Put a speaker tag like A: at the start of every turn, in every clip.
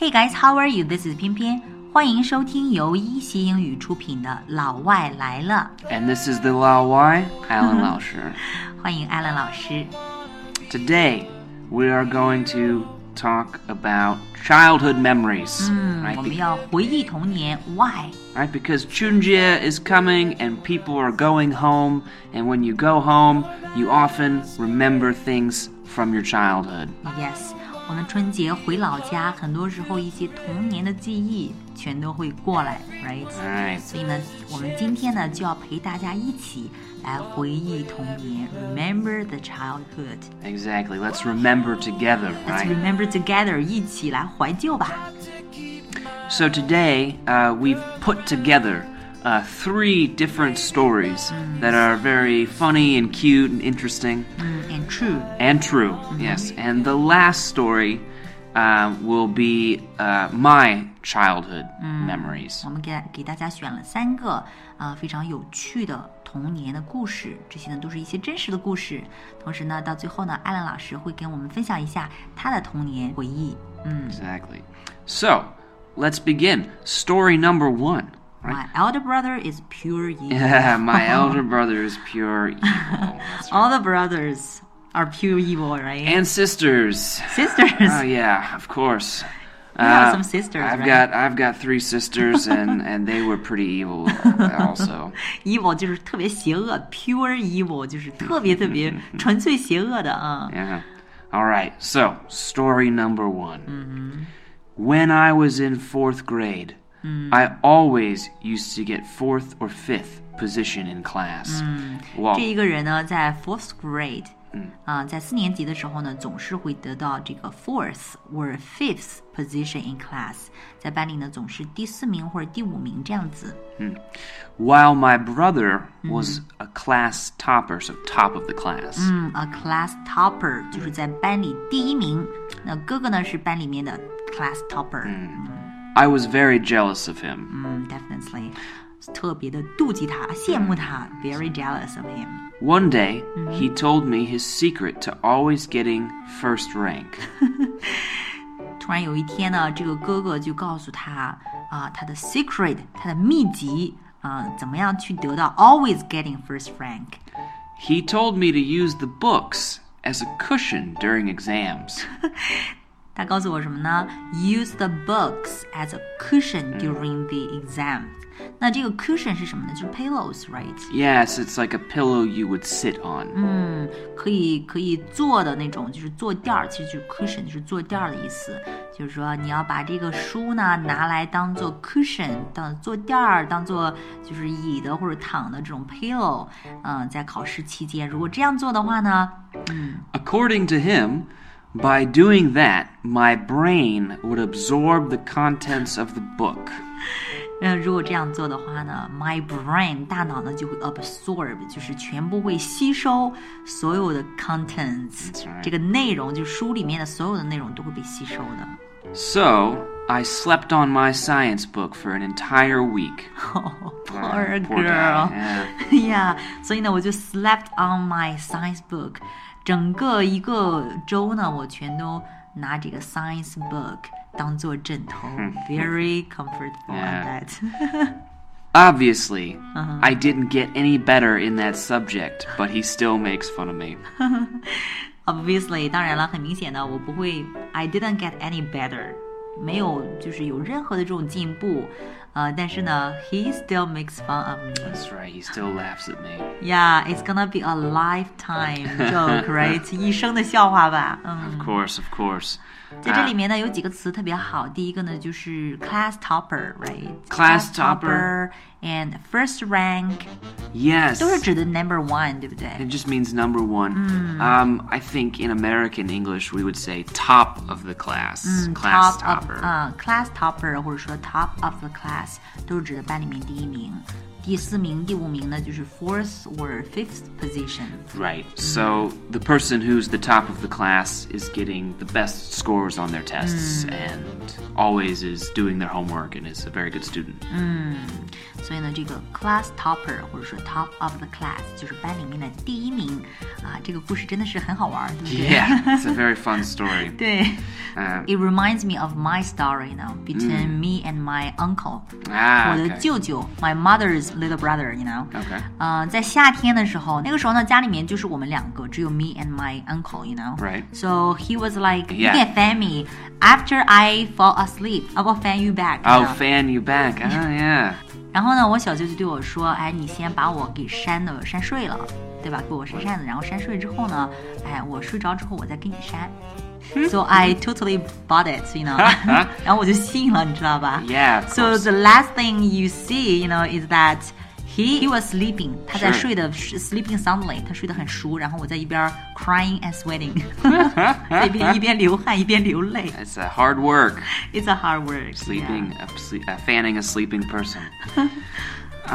A: Hey guys, how are you? This is 偏偏，欢迎收听由一席英语出品的《老外来了
B: And this is the Lao Y,
A: Mm-hmm.
B: Alan Lao Shi.》，
A: 欢迎 Allen 老师。
B: Today, we are going to talk about childhood memories.
A: 我
B: right?
A: 们
B: Be-
A: 要回忆童年，Why？
B: right? Because Chunjie is coming and people are going home. And when you go home, you often remember things from your childhood.
A: Yes，我们春节回老家，很多时候一些童年的记忆全都会过来，right？
B: All right.
A: 所以呢，我们今天呢就要陪大家一起来回忆童年，Remember the childhood。
B: Exactly. Let's remember together,
A: Let's
B: right?
A: remember together，一起来怀旧吧。
B: So today uh, we've put together uh, three different stories
A: Mm.
B: that are very funny and cute and interesting
A: 嗯，and true。
B: and true. Yes, and the last story uh, will be uh, my childhood memories.
A: 我们给给大家选了三个呃非常有趣的童年的故事，这些呢都是一些真实的故事。同时呢，到最后呢，艾伦老师会跟我们分享一下他的童年回忆。嗯
B: Exactly. So let's begin. Story number one.
A: ，My elder brother is pure evil.
B: my elder brother is pure evil. That's right.
A: All the brothers are pure evil, right?
B: And sisters.
A: Sisters.
B: Oh yeah, of course.
A: You have some sisters,
B: Uh, I've
A: right?
B: got I've got three sisters, and and they were pretty evil also.
A: evil 就是特别邪恶，pure evil 就是特别特 别
B: 嗯
A: 纯粹邪恶的啊。
B: Yeah. All right. So story number one. When I was in fourth grade, I always used to get fourth or fifth position in class. Well,
A: 这一个人呢，在 fourth grade，嗯，啊、在四年级的时候呢，总是会得到这个 fourth or fifth position in class，在班里呢总是第四名或者第五名这样子。
B: while my brother was a class topper, so top of the class.
A: 嗯，a class topper 就是在班里第一名。那哥哥呢是班里面的 class topper，嗯
B: I was very jealous of him.
A: d e f i n i t e l y 特别的妒忌他，羡慕他，very jealous of him。
B: One day, he told me his secret to always getting first rank.
A: 突然有一天呢，这个哥哥就告诉他啊、他的 secret，他的秘籍啊、怎么样去得到 always getting first rank。
B: He told me to use the books as a cushion during exams.
A: 他告诉我什么呢？Use the books as a cushion during the exam、那这个 cushion 是什么呢？就是 pillows，right？
B: yes, it's like a pillow you would sit on.
A: 可以可以坐的那种，就是坐垫儿，其实就是 cushion，就是坐垫儿的意思。就是说你要把这个书呢拿来当做 cushion，当坐垫儿，当做就是椅的或者躺的这种 pillow。嗯，在考试期间，如果这样做的话呢，
B: According to him, by doing that, my brain would absorb the contents of the book.
A: 呃，如果这样做的话呢，my brain 大脑呢就会 absorb，就是全部会吸收所有的 contents，、
B: That's right.
A: 这个内容，就书里面的所有的内容都会被吸收的。
B: So, I slept on my science book for an entire week.
A: Oh, Poor
B: poor
A: girl.
B: guy, yeah.
A: 哎呀，所以呢，我就 slept on my science book，整个一个周呢，我全都拿这个 science book 当做枕头，very comfortable on
B: Yeah.
A: that。
B: Obviously,
A: Uh-huh.
B: I didn't get any better in that subject, but he still makes fun of me.
A: Obviously，当然了，很明显的，我不会，I didn't get any better，没有就是有任何的这种进步，呃，但是呢，he still makes fun of me。
B: That's right, he still laughs at me.
A: Yeah, it's gonna be a lifetime joke, right？一生的笑话吧，嗯。
B: Of course, of course.
A: 在这里
B: Uh,
A: 面呢，有几个词特别好。第一个呢，就是 class topper，right？class
B: 嗯 Class
A: topper and first rank
B: yes.
A: 都是指的 number one，对不对
B: It just means number one. Um, I think in American English we would say top of the class,
A: Mm,
B: class
A: ？top of
B: topper.
A: 啊、c l a s s topper 或者说 top of the class 都是指的班里面第一名。第第四名、第五名呢就是 fourth or fifth position。
B: Right. So the person who's the top of the class is getting the best scores on their tests
A: Mm.
B: and always is doing their homework and is a very good student.
A: 所以呢，这个 class topper 或者说 top of the class 就是班里面的第一名啊。这个故事真的是很好玩儿，对不对
B: Yeah, it's a very fun story.
A: 对
B: Um,
A: ，It reminds me of my story now between me and my uncle，、
B: Mm. ah,
A: 我的
B: okay.
A: 舅舅，my mother's little brother，you know。
B: Okay.
A: 呃，在夏天的时候，那个时候呢，家里面就是我们两个，只有 me and my uncle，you know。
B: Right.
A: So he was like,
B: Yeah.
A: you can fan me. After I fall asleep, I will fan you back. you
B: I'll
A: know?
B: Oh, fan you back. Ah, yeah.
A: 然后呢，我小舅就对我说：“哎，你先把我给扇的扇睡了，对吧？给我扇扇子，然后扇睡之后呢，哎，我睡着之后我再给你 扇。” So I totally bought it, you know. 然后我就信了，你知道吧
B: Yeah, of
A: So
B: course.
A: the last thing you see, you know, is that he he was sleeping. 他在
B: Sure.
A: 睡的 sleeping soundly，他睡得很熟。然后我在一边 crying and sweating，在一边一边流汗一边流泪。
B: It's a hard work.
A: It's a hard work. yeah.
B: Sleeping, a sle- uh, fanning a sleeping person. All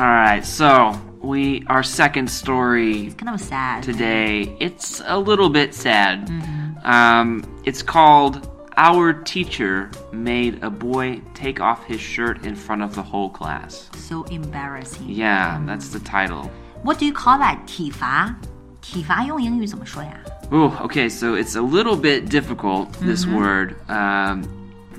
B: right. So we our second story
A: Kind of sad.
B: today. It's a little bit sad.
A: Mm-hmm.
B: Um, it's called "Our Teacher Made a Boy Take Off His Shirt in Front of the Whole Class."
A: So embarrassing.
B: Yeah, that's the title.
A: What do you call that？体罚，体罚用英语怎么说呀
B: Ooh, okay, so it's a little bit difficult, this
A: Mm-hmm.
B: word. Um,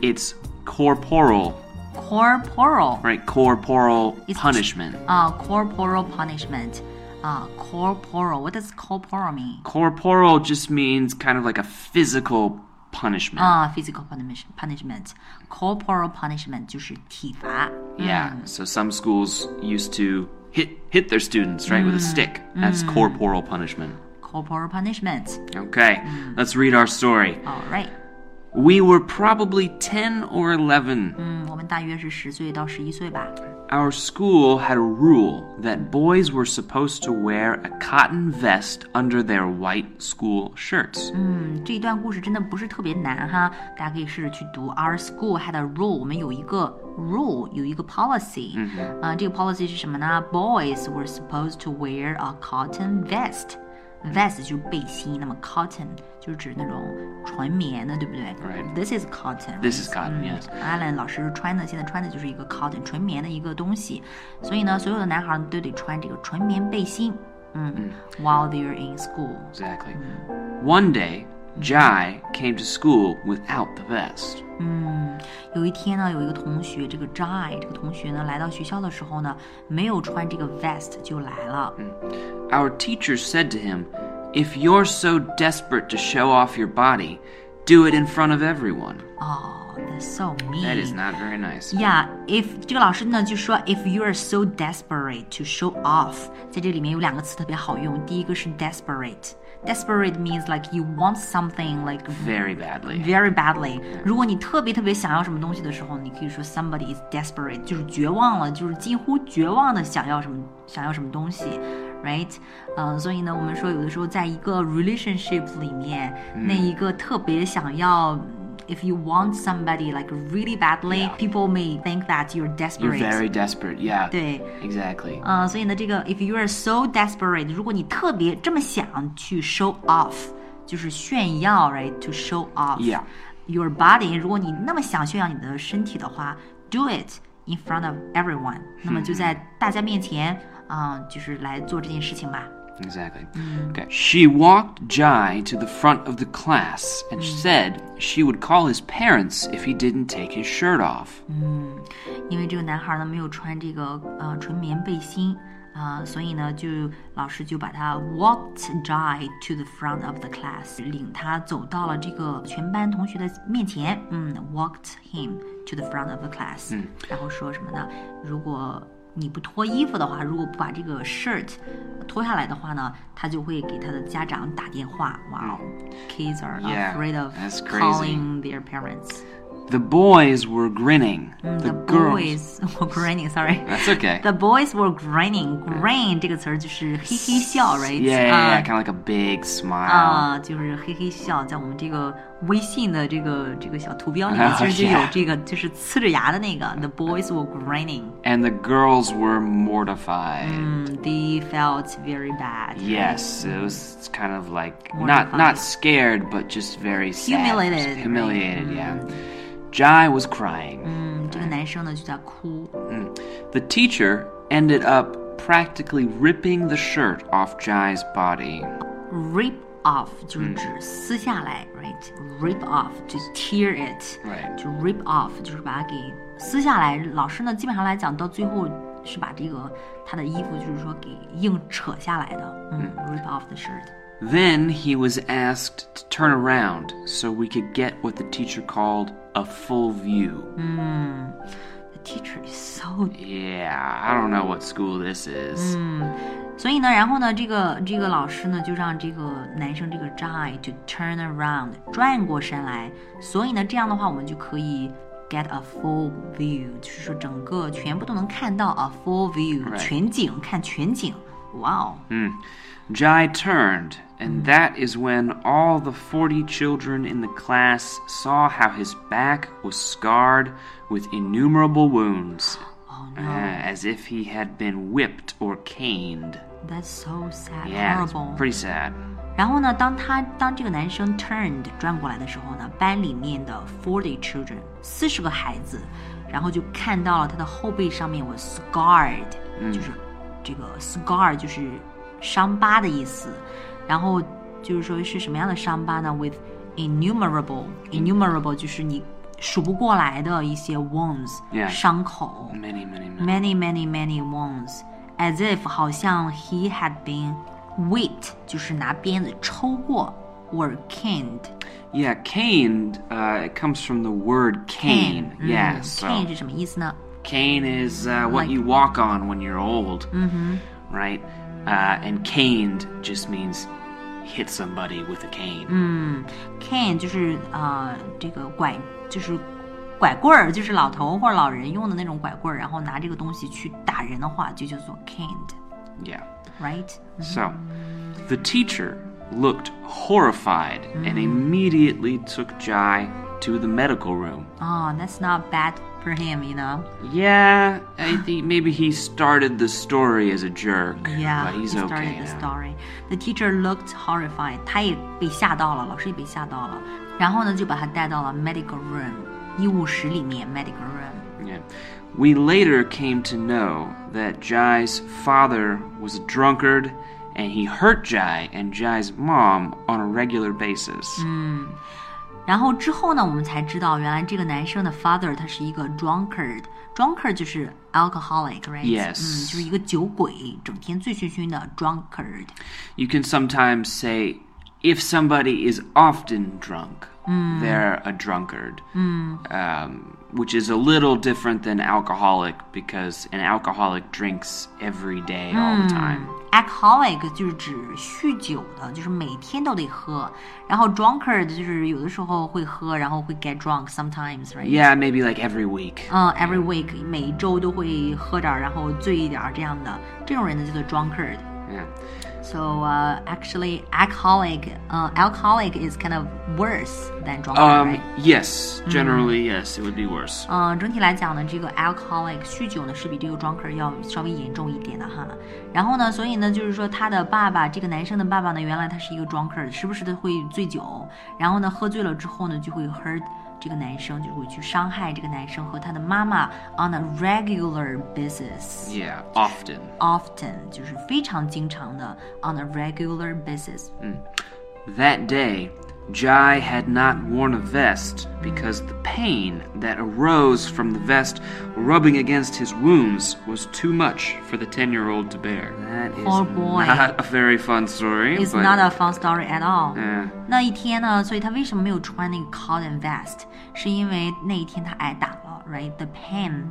B: it's corporal,
A: ？Corporal
B: right? Corporal
A: It's-
B: punishment.
A: 啊、c o r p o r a l punishment 啊、c o r p o r a l What does corporal mean？
B: Corporal just means kind of like a physical punishment.
A: 啊、p h y s i c a l punishment punishment，corporal punishment 就是体罚。
B: yeah, so some schools used to hit hit their students, right, with a stick. That's corporal punishment.
A: corporal punishment。
B: Okay, let's read our story.
A: All right，
B: We were probably 10 or 11.
A: 嗯，我们大约是十岁到十一岁吧。
B: Our school had a rule that boys were supposed to wear a cotton vest under their white school shirts.
A: 嗯，这一段故事真的不是特别难哈，大家可以试着去读。Our school had a rule，我们有一个 rule，有一个 policy。嗯啊，这个 policy 是什么呢？Boys were supposed to wear a cotton vest。Vest 就是背心，那么 cotton 就是指那种纯棉的，对不对
B: Right.
A: This is cotton.
B: This is cotton, yes.
A: Alan 老师穿的现在穿的就是一个 cotton 纯棉的一个东西，所以呢，所有的男孩都得穿这个纯棉背心。嗯 w h i l e they're in school.
B: Exactly. One day, Jai came to school without the vest.
A: 有一天呢，有一个同学，这个 Jai 这个同学呢，来到学校的时候呢，没有穿这个 vest 就来了。
B: Our teacher said to him, If you're so desperate to show off your body, do it in front of everyone.
A: 哦、t h a t s Oh, so mean.
B: That is not very nice.
A: Yeah, if 这个老师呢就说，if you are so desperate to show off，在这里面有两个词特别好用，第一个是 desperate。Desperate means like you want something like
B: Very badly.
A: very badly。如
B: 嗯
A: 果你特别特别想要什么东西的时候，你可以说 somebody is desperate，就是绝望了，就是近乎绝望的想要什么想要什么东西，right？嗯、所以呢，我们说有的时候在一个 relationship 里面，那一个特别想要。If you want somebody like really badly, people may think that you're
B: You're
A: desperate.
B: very desperate, yeah.
A: 对，
B: Exactly.
A: 嗯，所以呢，这个 if you are so desperate，如果你特别这么想去 show off，就是炫耀，right？To show off
B: Yeah.
A: your body，如果你那么想炫耀你的身体的话，do it in front of everyone，那么就在大家面前，嗯，就是来做这件事情吧。
B: Exactly.
A: mm.
B: Okay. She walked Jai to the front of the class and
A: Mm.
B: said she would call his parents if he didn't take his shirt off.
A: 因为这个男孩呢没有穿这个呃纯棉背心啊、呃所以呢就老师就把他 walked Jai to the front of the class，领他走到了这个全班同学的面前，嗯，walked him to the front of the class，、然
B: 嗯
A: 后说什么呢？如果你不脱衣服的话，如果不把这个 shirt 脱下来的话呢，他就会给他的家长打电话。哇、哦、kids are
B: Yeah,
A: afraid of
B: that's crazy.
A: calling their parents.
B: The boys were grinning.
A: Mm, The
B: girls.
A: boys were grinning. Sorry.
B: That's okay.
A: The boys were grinning. Grin 这个词儿就是嘿嘿笑
B: yeah,
A: ，right？
B: yeah,
A: 啊
B: kind of like a big smile.
A: 啊，就是嘿嘿笑，在我们这个微信的这个这个小图标里面，其实就
B: Yeah.
A: 有这个，就是呲着牙的那个。The boys were grinning.
B: and the girls were mortified.
A: Mm, they felt very bad.
B: Yes, it was kind of like not
A: Mortified.
B: not scared, but just very sad.
A: Humiliated,
B: Humiliated, yeah. Jai was crying.
A: 嗯，这个男生呢就在哭。
B: The teacher ended up practically ripping the shirt off Jai's body.
A: Rip off 就是指撕下来，right？Rip off to tear it。
B: Right.
A: 就 rip off，就是把它给撕下来。老师呢，基本上来讲，到最后是把这个他的衣服，就是说给硬扯下来的，嗯，rip off the shirt。
B: Then he was asked to turn around so we could get what the teacher called a full view.
A: The teacher is so
B: Yeah, I don't know what school this is.
A: 所以呢，然后呢，这个这个老师呢，就让这个男生这个 Jai to turn around，转过身来。所以呢，这样的话，我们就可以 get a full view，就是说整个全部都能看到 a full view，、
B: Right.
A: 全景，看全景。哇哦！
B: Jai turned, and that is when all the 40 children in the class saw how his back was scarred with innumerable wounds,
A: Oh
B: uh,
A: no,
B: as if he had been whipped or caned.
A: that's so sad,
B: Yeah, it's
A: horrible.
B: pretty sad.
A: 然后呢，当他当这个男生 turned 转过来的时候呢，班里面的 forty children 四十个孩子，然后就看到了他的后背上面 was scarred，、就是这个 scar 就是伤疤的意思，然后就是说是什么样的伤疤呢？with innumerable innumerable 就是你数不过来的一些 wounds、
B: Yeah.
A: 伤口。
B: Many, many, many.
A: many many many wounds, as if 好像 he had been whipped，就是拿鞭子抽过，or caned。
B: Yeah, caned, uh, it comes from the word
A: cane，
B: cane.
A: 嗯 Mm.
B: Yeah, so
A: cane 是什么意思呢？
B: cane is uh, what
A: Like-
B: you walk on when you're old, mm-hmm. right? Uh, and caned just means hit somebody with a cane.
A: Mm. cane 就是呃这个拐，就是拐棍儿，就是老头或者老人用的那种拐棍儿，然后拿这个东西去打人的话，就叫做 caned，right？
B: Yeah. So, the teacher looked horrified and immediately took Jai to the medical room.
A: 啊、t h a t s not bad for him，you know。
B: Yeah, I think maybe he started the story as a jerk.
A: Yeah,
B: but he's
A: he started
B: okay
A: the
B: now.
A: story. The teacher looked horrified. 他也被吓到了，老师也被吓到了。然后呢，就把他带到了 medical room 医务室里面 medical room。
B: Yeah. We later came to know that Jai's father was a drunkard and he hurt Jai and Jai's mom on a regular basis.
A: 然后之后呢，我们才知道原来这个男生的 father 他是一个 drunkard。drunkard 就是 alcoholic，right？
B: Yes
A: 嗯，就是一个酒鬼，整天醉醺醺的 drunkard。
B: You can sometimes say if somebody is often drunk, they're a drunkard, um, which is a little different than alcoholic because an alcoholic drinks every day all the time.
A: alcoholic 就是指酗酒的，就是每天都得喝。然后 drunkard 就是有的时候会喝，然后会 get drunk sometimes，right？
B: Yeah, maybe like every week.
A: 嗯、e v e r y week 每一周都会喝点儿，然后醉一点儿这样的，这种人呢叫做 drunkard。
B: Yeah.
A: So、actually, uh, alcoholic, 呃、alcoholic is kind of worse than drunkard.
B: Um,
A: right?
B: yes, generally, yes, it would be worse.
A: 嗯，整体来讲呢，这个 alcoholic 酗酒呢是比这个 drunkard 要稍微严重一点的哈。然后呢，所以呢，就是说他的爸爸，这个男生的爸爸呢，原来他是一个 drunkard，时不时的会醉酒，然后呢，喝醉了之后呢，就会 hurt 这个男生，就会去伤害这个男生和他的妈妈 on a regular basis。
B: Yeah, often.
A: Often 就是非常经常的，on a regular basis，
B: That day, Jai had not worn a vest because the pain that arose from the vest rubbing against his wounds was too much for the 10 year old to bear. That is
A: Oh, boy.
B: not a very fun story.
A: It's
B: but,
A: not a fun story at all.
B: Yeah.
A: 那一天呢，所以他为什么没有穿那个 cotton vest？是因为那一天他挨打了，right？The pain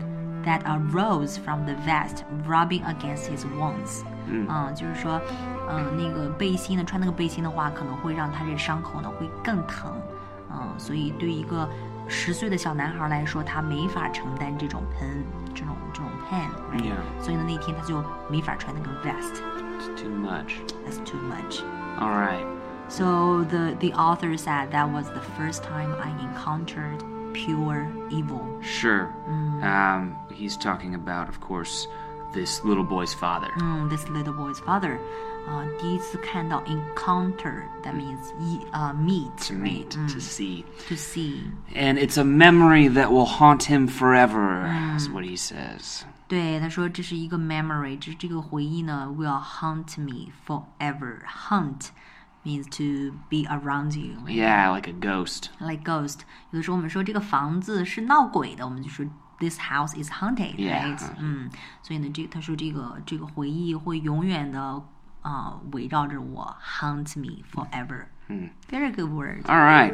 A: that arose from the vest rubbing against his wounds。嗯就是说，嗯、那个背心呢，穿那个背心的话，可能会让他这伤口呢会更疼。嗯，所以对于一个十岁的小男孩来说，他没法承担这种 pen 这种这种 pen，、
B: Yeah,
A: 所以呢那天他就没法穿那个 vest。
B: it's too much.
A: That's too much.
B: All right.
A: So the the author said that was the first time I encountered pure evil.
B: Sure.
A: Mm.
B: Um, he's talking about, of course, this little boy's father.
A: 嗯，this Mm, little boy's father，啊、第一次看到 encounter，that means 一啊、meet
B: To meet,
A: Mm.
B: to see.
A: to see。
B: And it's a memory that will haunt him forever, is
A: Mm.
B: what he says.
A: 对，他说这是一个 memory，这这个回忆呢 will haunt me forever. Hunt means to be around you.
B: Yeah, like a ghost.
A: Like ghost，有的时候我们说这个房子是闹鬼的，我们就说 this house is haunted，right？、
B: Yeah
A: 嗯，所以呢，这他说这个这个回忆会永远的啊、围绕着我，haunt me forever。嗯，very good word。
B: All right.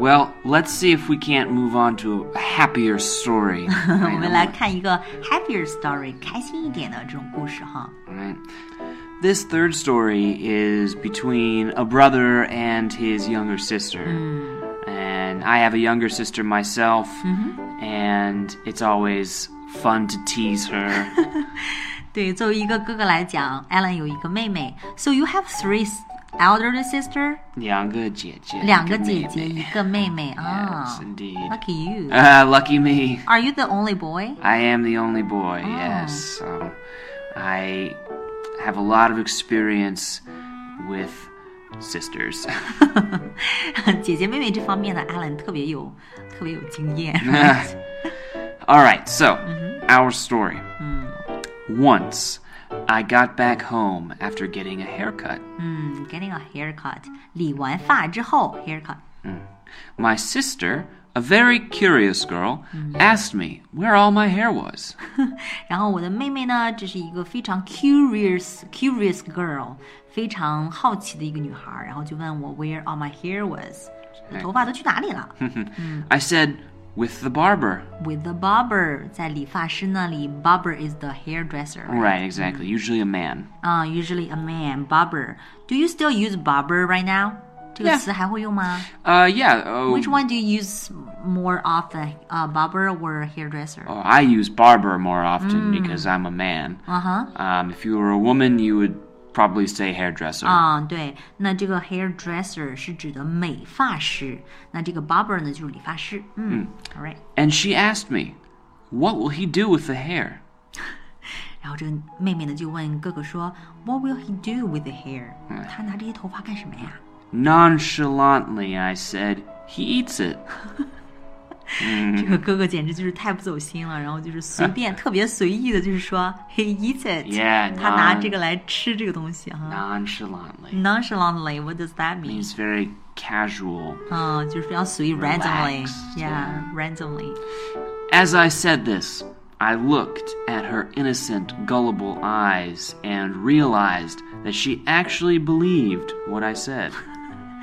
B: Well, let's see if we can't move on to a happier story.
A: 我们来看一个 happier story，开心一点的这种故事哈。
B: All right. This third story is between a brother and his younger sister. And I have a younger sister myself, and it's always fun to tease her.
A: 对，作为一个哥哥来讲，Alan 有一个妹妹，so you have three s- elder sister，
B: 两个姐姐，
A: 两个姐
B: 一个妹妹。
A: 姐，一个妹妹啊。
B: Yes, indeed.
A: Ah. Lucky you.
B: Ah, lucky me.
A: Are you the only boy?
B: I am the only boy, yes. So I have a lot of experience with sisters.
A: 姐姐妹妹这方面呢，Alan 特别有特别有经验。
B: All right, so our story. Once I got back home after getting a haircut.
A: 嗯，getting a haircut，理完发之后 haircut。
B: My sister, a very curious girl, asked me where all my hair was.
A: 然后我的妹妹呢，这是一个非常 curious curious girl，非常好奇的一个女孩儿，然后就问我 where all my hair was，我头发都去哪里了
B: I said, with the barber.
A: ？With the barber，在理发师那里，barber is the hairdresser。
B: Right, exactly. Usually a man.
A: 啊、u s u a l l y a man barber。Do you still use barber right now？这个
B: Yeah
A: 词还会用吗
B: Uh, yeah. Oh,
A: Which one do you use more often, uh, barber or hairdresser?
B: oh, I use barber more often because I'm a man.
A: Uh huh.
B: Um, if you were a woman, you would probably say hairdresser.
A: 啊、对，那这个 hairdresser 是指的美发师，那这个 barber 呢就是理发师。嗯 a l right。
B: and she asked me, What will he do with the hair?
A: 然后这个妹妹呢就问哥哥说，What will he do with the hair？、他
B: 嗯
A: 拿这些头发干什么呀？
B: Nonchalantly, I said, He eats it. 嗯
A: 这个哥哥简直就是太不走心了，然后就是随 便特别随意的，就是说 he eats it，、
B: Yeah, 嗯
A: 他拿
B: non-
A: 这个来吃这个东西哈。
B: Nonchalantly.
A: Nonchalantly，what does that mean？
B: He's very casual.
A: 嗯，就是非常随意
B: Relaxed,
A: randomly，yeah randomly。
B: As I said this, I looked at her innocent, gullible eyes and realized that she actually believed what I said.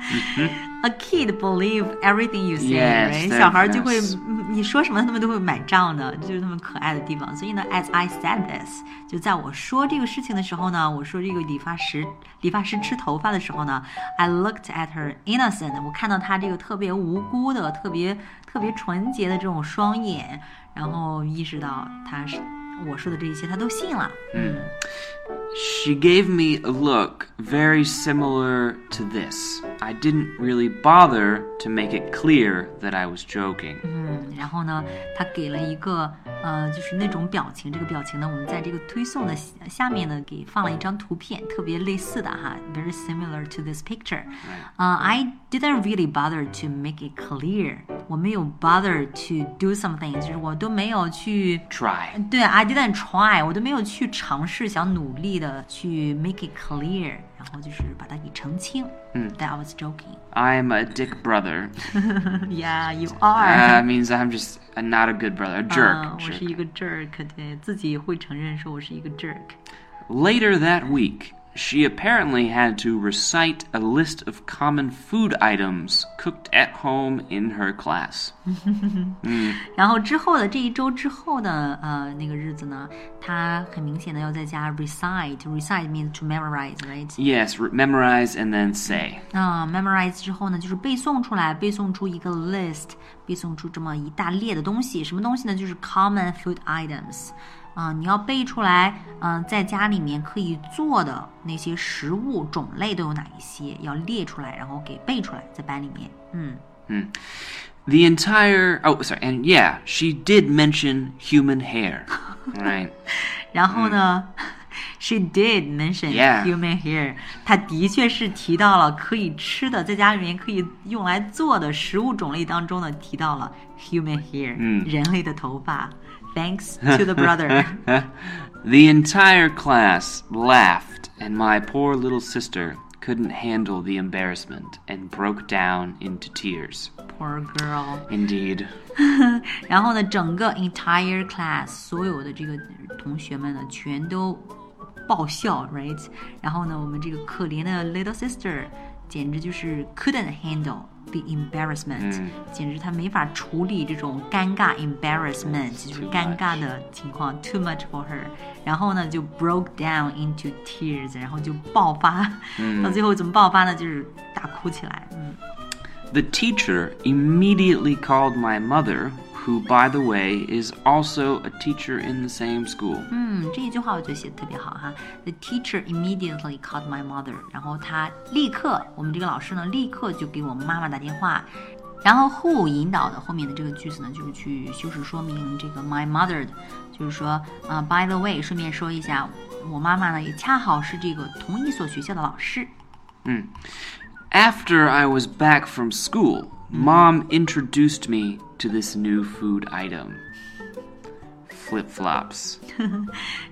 A: A kid believe everything you say，
B: Yes,
A: right？
B: they're
A: 小孩就会
B: nice.，
A: 嗯你说什么他们都会买账的，这就是他们可爱的地方。所以呢，as I said this，就在我说这个事情的时候呢，我说这个理发师理发师吃头发的时候呢，I looked at her innocent，我看到她这个特别无辜的、特别特别纯洁的这种双眼，然后意识到她是我说的这一切，她都信了。
B: She gave me a look very similar to this. I didn't really bother to make it clear that I was joking.
A: 嗯，然后呢，他给了一个呃，就是那种表情，这个表情呢，我们在这个推送的下下面呢，给放了一张图片，特别类似的哈，very similar to this picture。呃、i didn't really bother to make it clear，我没有 bother to do something，就是我都没有去。
B: Try.
A: 对，I didn't try，我都没有去尝试，想努力的去 make it clear，然后就是把它给澄清。嗯，That I was joking.
B: I'm a dick brother. Uh,
A: Yeah, you are.
B: That means I'm just a, not a good brother, a jerk.
A: 啊我
B: jerk.
A: 是一个 jerk，对自己会承认说我是一个 jerk。
B: Later that week, she apparently had to recite a list of common food items cooked at home in her class.
A: 然后之后的这一周之后的呃那个日子呢，他很明显的要在家 recite。recite means to memorize，right？
B: Yes, re- memorize and then say.
A: 那、memorize 之后呢，就是背诵出来，背诵出一个 list，背诵出这么一大列的东西。什么东西呢？就是 common food items。啊、你要背出来，嗯、在家里面可以做的那些食物种类都有哪一些，要列出来，然后给背出来，在班里面，嗯。
B: The entire oh sorry and yeah, she did mention human hair. right.
A: 然后呢、s h e did mention
B: 嗯 Yeah.
A: human hair，她的确是提到了可以吃的，在家里面可以用来做的食物种类当中呢，提到了 human hair，、
B: 嗯
A: 人类的头发。Thanks to the brother，
B: the entire class laughed, and my poor little sister couldn't handle the embarrassment and broke down into tears.
A: poor girl。
B: Indeed.
A: 然后呢，整个 entire class 所有的这个同学们呢，全都爆笑，right？然后呢，我们这个可怜的 little sister 简直就是 couldn't handle the embarrassment，、简直她没法处理这种尴尬 embarrassment，就是尴尬的情况，too much for her。然后呢，就 broke down into tears，然后就爆发，到最后怎么爆发呢？就是大哭起来，嗯。
B: The teacher immediately called my mother, who, by the way, is also a teacher in the same school.
A: 嗯，这一句话我觉得写的特别好哈。The teacher immediately called my mother，然后他立刻，我们这个老师呢，立刻就给我妈妈打电话。然后 who 引导的后面的这个句子呢，就是去修饰说明这个 my mother，的就是说啊、呃 by the way，顺便说一下，我妈妈呢也恰好是这个同一所学校的老师。
B: After I was back from school, mom introduced me to this new food item flip flops.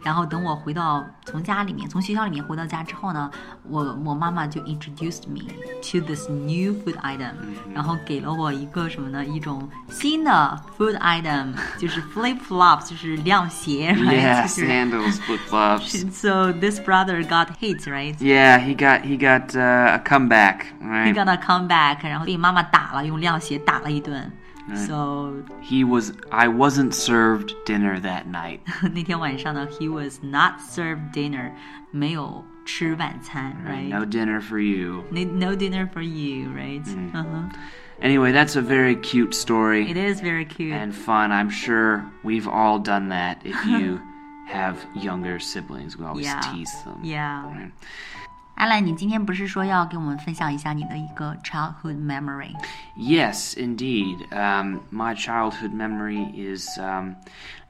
A: 然后等我回到从家里面，从学校里面回到家之后呢，我我妈妈就 introduced me to this new food item，、然后给了我一个什么呢？一种新的 food item，就是 flip flops，就是亮鞋
B: Yeah,
A: ，right？就是
B: sandals, flip flops.
A: So this brother got hit, right?
B: Yeah, he got he got uh, a comeback,
A: He
B: right?
A: got a comeback，然后被妈妈打了，用亮鞋打了一顿。So
B: He was I wasn't served dinner that night.
A: 那天晚上呢，he was not served dinner，没有吃晚餐，right？
B: No dinner for you.
A: No, no dinner for you, right? Uh-huh.
B: Anyway, that's a very cute
A: It
B: story
A: is very cute.
B: and fun. I'm sure we've all done that if you have younger siblings. We always
A: Yeah.
B: tease them.
A: yeah.
B: Right.
A: 阿兰，你今天不是说要给我们分享一下你的一个 childhood memory？
B: Yes, indeed. Um, my childhood memory is um,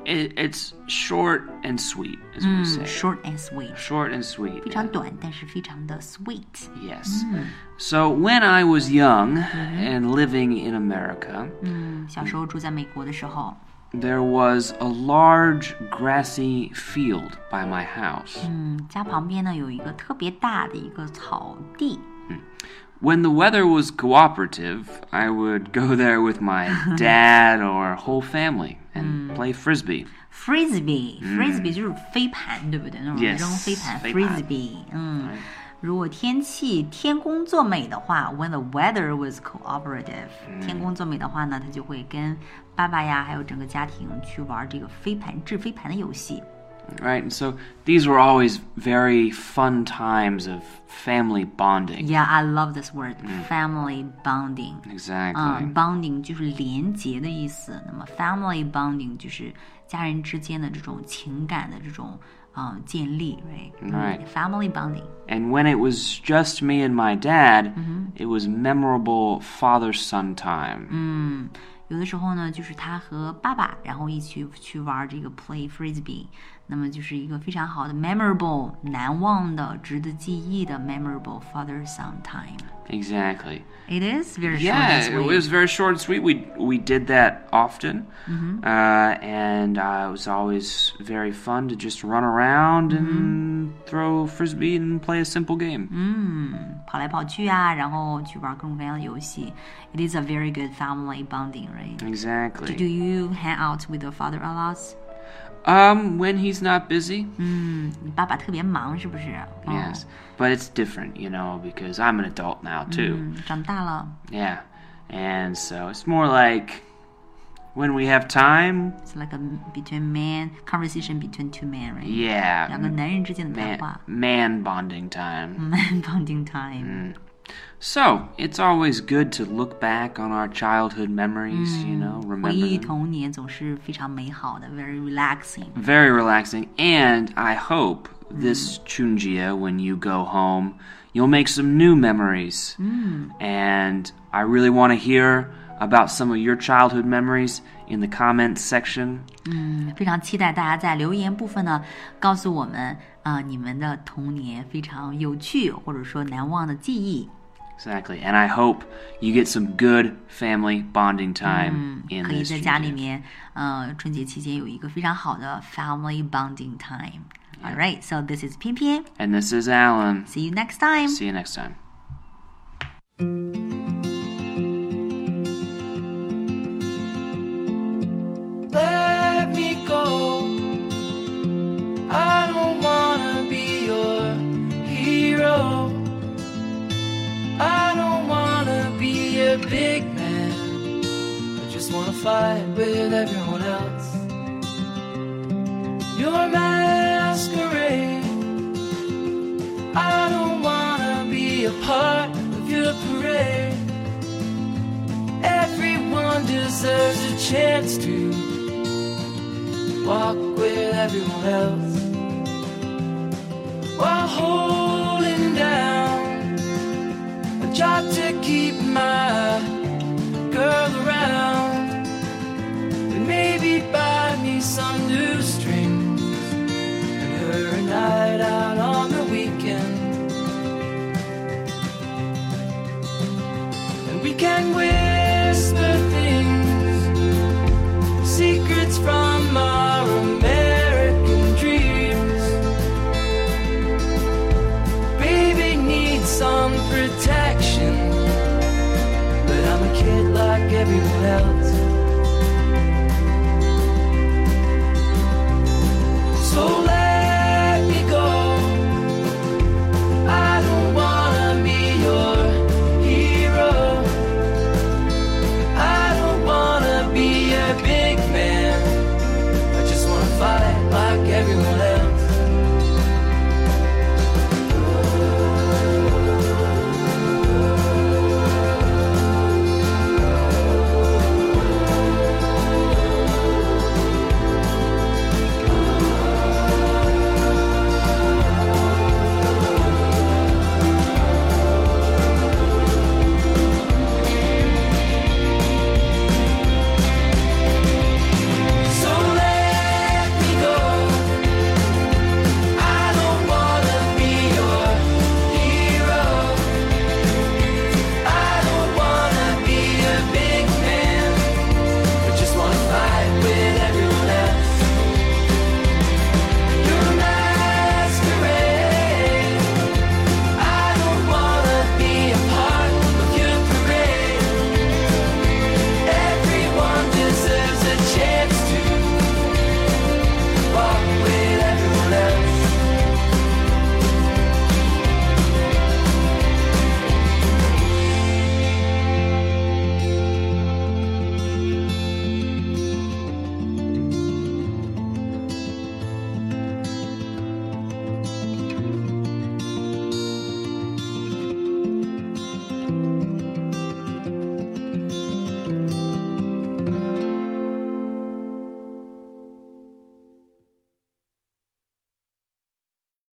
B: it, it's short and sweet, as
A: Hmm.
B: we say.
A: Short and sweet，
B: Short and sweet.
A: 非常短，但是非常的 sweet。
B: Yes. So when I was young and living in America,
A: 嗯，小时候住在美国的时候，
B: there was a large grassy field by my house.
A: 嗯，家旁边呢有一个特别大的一个草地。
B: When the weather was cooperative, I would go there with my dad or whole family and play frisbee.
A: Frisbee，Frisbee、就是飞盘，对不对？那种
B: 嗯 Yes，
A: 扔飞盘
B: 飞
A: f r i
B: 盘
A: s b e e 嗯，如果天气天公作美的话，when the weather was cooperative，、天
B: 嗯
A: 公作美的话呢，他就会跟爸爸呀，还有整个家庭去玩这个飞盘掷飞盘的游戏。
B: Right? And so these were always very fun times of family bonding.
A: Yeah, I love this word,
B: 嗯
A: family bonding. 啊、
B: Exactly.
A: b o n d i n g 就是连结的意思。那么 family bonding 就是家人之间的这种情感的这种啊、呃建立，right？
B: Right.
A: Family bonding.
B: And when it was just me and my dad, it was memorable father son time.
A: 有的时候呢，就是他和爸爸，然后一起去玩这个 play frisbee，那么就是一个非常好的 memorable 难忘的、值得记忆的 memorable father son time。
B: Exactly.
A: It is very short and
B: Yeah, it
A: sweet.
B: was very short and sweet. We we did that often,
A: Mm-hmm.
B: uh, and uh, it was always very fun to just run around
A: Mm-hmm.
B: and throw frisbee and play a simple game.
A: 跑来跑去啊，然后去玩各种各样的游戏。It
B: Mm,
A: is a very good family bonding, right?
B: Exactly.
A: Do you hang out with your father a lot?
B: Um, when he's not busy,
A: 嗯，你爸爸特别忙是不是？哦
B: yes. But it's different, you know, because I'm an adult now too.
A: 嗯，长大了
B: Yeah. And so it's more like when we have time,
A: ，it's like a between man conversation between two men，right？两个
B: yeah,
A: 男人之间的谈
B: man,
A: 话
B: man bonding time.
A: ，man bonding time。
B: So it's always good to look back on our childhood memories, you know,
A: 回
B: remember.
A: 忆
B: them.
A: 童年总是非常美好的，very relaxing。
B: Very relaxing. And I hope this Chunjia, when you go home, you'll make some new memories. And I really want to hear about some of your childhood memories in the comments section.
A: 嗯非常期待大家在留言部分呢，告诉我们啊、呃你们的童年非常有趣或者说难忘的记忆，
B: Exactly. And I hope you get some good family bonding time in
A: 可以
B: this.
A: 在家里
B: Chunjia.
A: 面，呃，春节期间有一个非常好的 family bonding time。All right, so this is 偏偏
B: And this is Alan.
A: See you next time.
B: See you next time.
C: let me go. I don't wanna be your hero. I don't wanna be a big man. I just wanna fight with everyone else. Your masquerade. I don't wanna be a part of your parade. Everyone deserves a chance to walk with everyone else while holding down a job to keep my girl around and maybe buy me some new